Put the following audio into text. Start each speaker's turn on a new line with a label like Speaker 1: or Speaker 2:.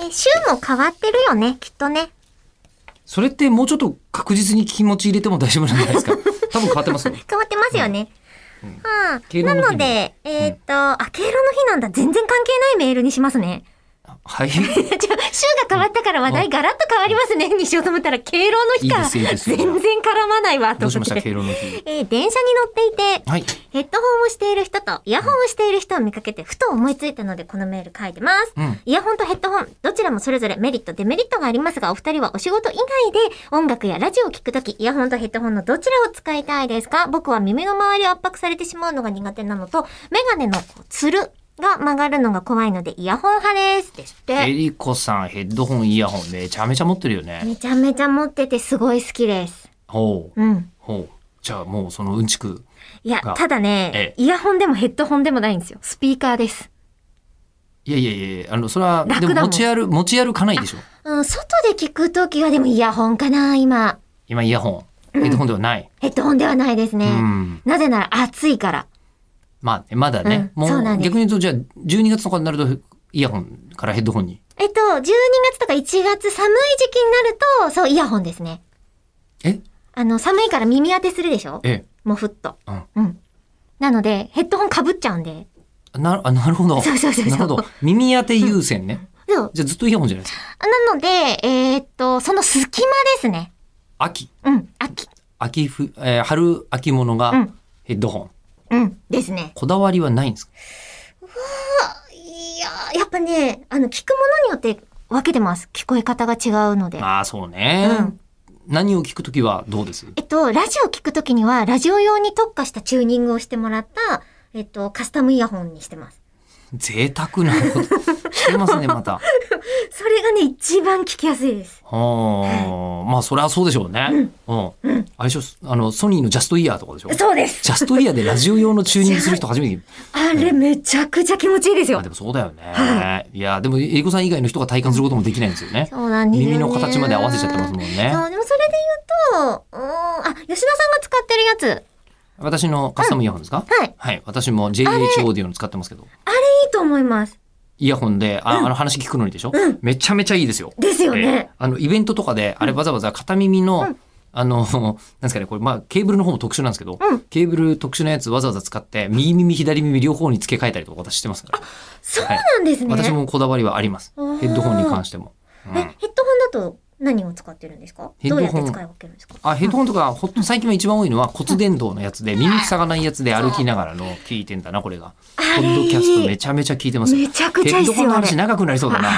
Speaker 1: え週も変わってるよね、きっとね。
Speaker 2: それってもうちょっと確実に気持ち入れても大丈夫なんじゃな いですか多分変わってますよ。
Speaker 1: 変わってますよね。
Speaker 2: うん
Speaker 1: はあ、
Speaker 2: 敬老
Speaker 1: な
Speaker 2: の日も
Speaker 1: ので、えーっと、あ、敬老の日なんだ。全然関係ないメールにします ね。
Speaker 2: はい。
Speaker 1: じゃあ、週が変わったから話題ガラッと変わりますね。にしようと思ったら、敬老の日か。
Speaker 2: いいですよいいですよ
Speaker 1: 全然絡まないわ、と思
Speaker 2: ど
Speaker 1: っ
Speaker 2: うしました
Speaker 1: て。
Speaker 2: 敬老の日。
Speaker 1: えー電車に乗っていて、
Speaker 2: はい。
Speaker 1: ヘッドホンをしている人とイヤホンをしている人を見かけて、ふと思いついたので、このメール書いてます。
Speaker 2: うん。
Speaker 1: イヤホンとヘッドホン、どちらもそれぞれメリット、デメリットがありますが、お二人はお仕事以外で音楽やラジオを聴くとき、イヤホンとヘッドホンのどちらを使いたいですか僕は耳の周りを圧迫されてしまうのが苦手なのと、メガネのこうつるが曲がるのが怖いので、イヤホン派です。ですっ
Speaker 2: え
Speaker 1: て。
Speaker 2: りこさん、ヘッドホン、イヤホン、めちゃめちゃ持ってるよね。
Speaker 1: めちゃめちゃ持っててすごい好きです。
Speaker 2: ほう。
Speaker 1: うん。
Speaker 2: ほう。じゃあもうそのうんちく。
Speaker 1: いや
Speaker 2: が、
Speaker 1: ただね
Speaker 2: え、
Speaker 1: イヤホンでもヘッドホンでもないんですよ。スピーカーです。
Speaker 2: いやいやいやあの、それは、
Speaker 1: 楽
Speaker 2: で
Speaker 1: だもん
Speaker 2: も持ち歩、持ち歩かないでしょ。
Speaker 1: うん、外で聞くときはでもイヤホンかな、今。
Speaker 2: 今、イヤホン。ヘッドホンではない。
Speaker 1: ヘッドホンではないです
Speaker 2: う
Speaker 1: ね。
Speaker 2: ん。
Speaker 1: なぜなら暑いから。
Speaker 2: まあね、まだね。
Speaker 1: うん
Speaker 2: も
Speaker 1: そうなんです
Speaker 2: 逆に言うと、じゃあ、12月とかになると、イヤホンからヘッドホンに。
Speaker 1: えっと、12月とか1月寒い時期になると、そう、イヤホンですね。
Speaker 2: え
Speaker 1: あの、寒いから耳当てするでしょ
Speaker 2: え
Speaker 1: もうふっと。
Speaker 2: うん
Speaker 1: うん。なので、ヘッドホン被っちゃうんで。
Speaker 2: え。な、あ、なるほど。
Speaker 1: そうそうそうそう
Speaker 2: なるほど。耳当て優先ね。
Speaker 1: そう。
Speaker 2: じゃあ、ずっとイヤホンじゃないですか。
Speaker 1: なので、えーっと、その隙間ですね。
Speaker 2: 秋。
Speaker 1: うん。秋。
Speaker 2: 秋ふ、えー春、秋物
Speaker 1: う
Speaker 2: が
Speaker 1: ん
Speaker 2: ヘッドホン。
Speaker 1: うん。ですね。
Speaker 2: こだわりはないんですか
Speaker 1: いやー、やっぱね、あの、聞くものによって分けてます。聞こえ方が違うので。
Speaker 2: まあ、そうね。
Speaker 1: うん
Speaker 2: 何を聞くときはどうです
Speaker 1: えっと、ラジオ聞くときには、ラジオ用に特化したチューニングをしてもらった、えっと、カスタムイヤホンにしてます。
Speaker 2: 贅沢な ことしてますね、また。
Speaker 1: それがね、一番聞きやすいです。
Speaker 2: はあ、まあ、それはそうでしょうね。うん。あれでしょ、あの、ソニーのジャストイヤーとかでしょジ
Speaker 1: そうです。
Speaker 2: ャストイヤーでラジオ用のチューニングする人初めて。
Speaker 1: あれめちゃくちゃ気持ちいいです
Speaker 2: まあ
Speaker 1: よ
Speaker 2: で。もそうだよね。いや、でも、英子さん以外の人が体感することもできないんですよね。
Speaker 1: そうなんですよね
Speaker 2: 耳の形まで合わせちゃってますもんね。
Speaker 1: そう、でもそれで言うと、うーん、あ、吉田さんが使ってるやつ。
Speaker 2: 私のカスタムイヤホンですか
Speaker 1: はい。
Speaker 2: はい。私も JH オーディオの使ってますけど。
Speaker 1: あれいいと思います。
Speaker 2: イヤホンで、ああの話聞くのにでしょ、めちゃめちゃいいですよ。
Speaker 1: ですよね
Speaker 2: えーあの、イベントとかで、あれわざわざ片耳の、あの、 なんですかね、これ、まあ、ケーブルの方も特殊なんですけど、
Speaker 1: うん
Speaker 2: ケーブル特殊なやつわざわざ使って、右耳、左耳両方に付け替えたりとか私してますから。
Speaker 1: そうなんですね。
Speaker 2: 私もこだわりはあります。
Speaker 1: あー
Speaker 2: ヘッドホンに関しても。
Speaker 1: え、
Speaker 2: うん
Speaker 1: ヘッドホンだと何を使ってるんですか
Speaker 2: ヘッ
Speaker 1: ど
Speaker 2: ド
Speaker 1: う
Speaker 2: ホン
Speaker 1: やって使い分けるんですか
Speaker 2: あ、ヘッドホンとか、ほんと最近は一番多いのは骨伝導のやつで、耳塞がないやつで歩きながらの聞いてんだな、これが。
Speaker 1: あ
Speaker 2: ポ
Speaker 1: れいい
Speaker 2: ッドキャストめちゃめちゃ聞いてますよ
Speaker 1: めちゃくちゃいいっ
Speaker 2: ヘッド
Speaker 1: す
Speaker 2: ホンの
Speaker 1: よ、あれ。
Speaker 2: 話長くなりそうだな。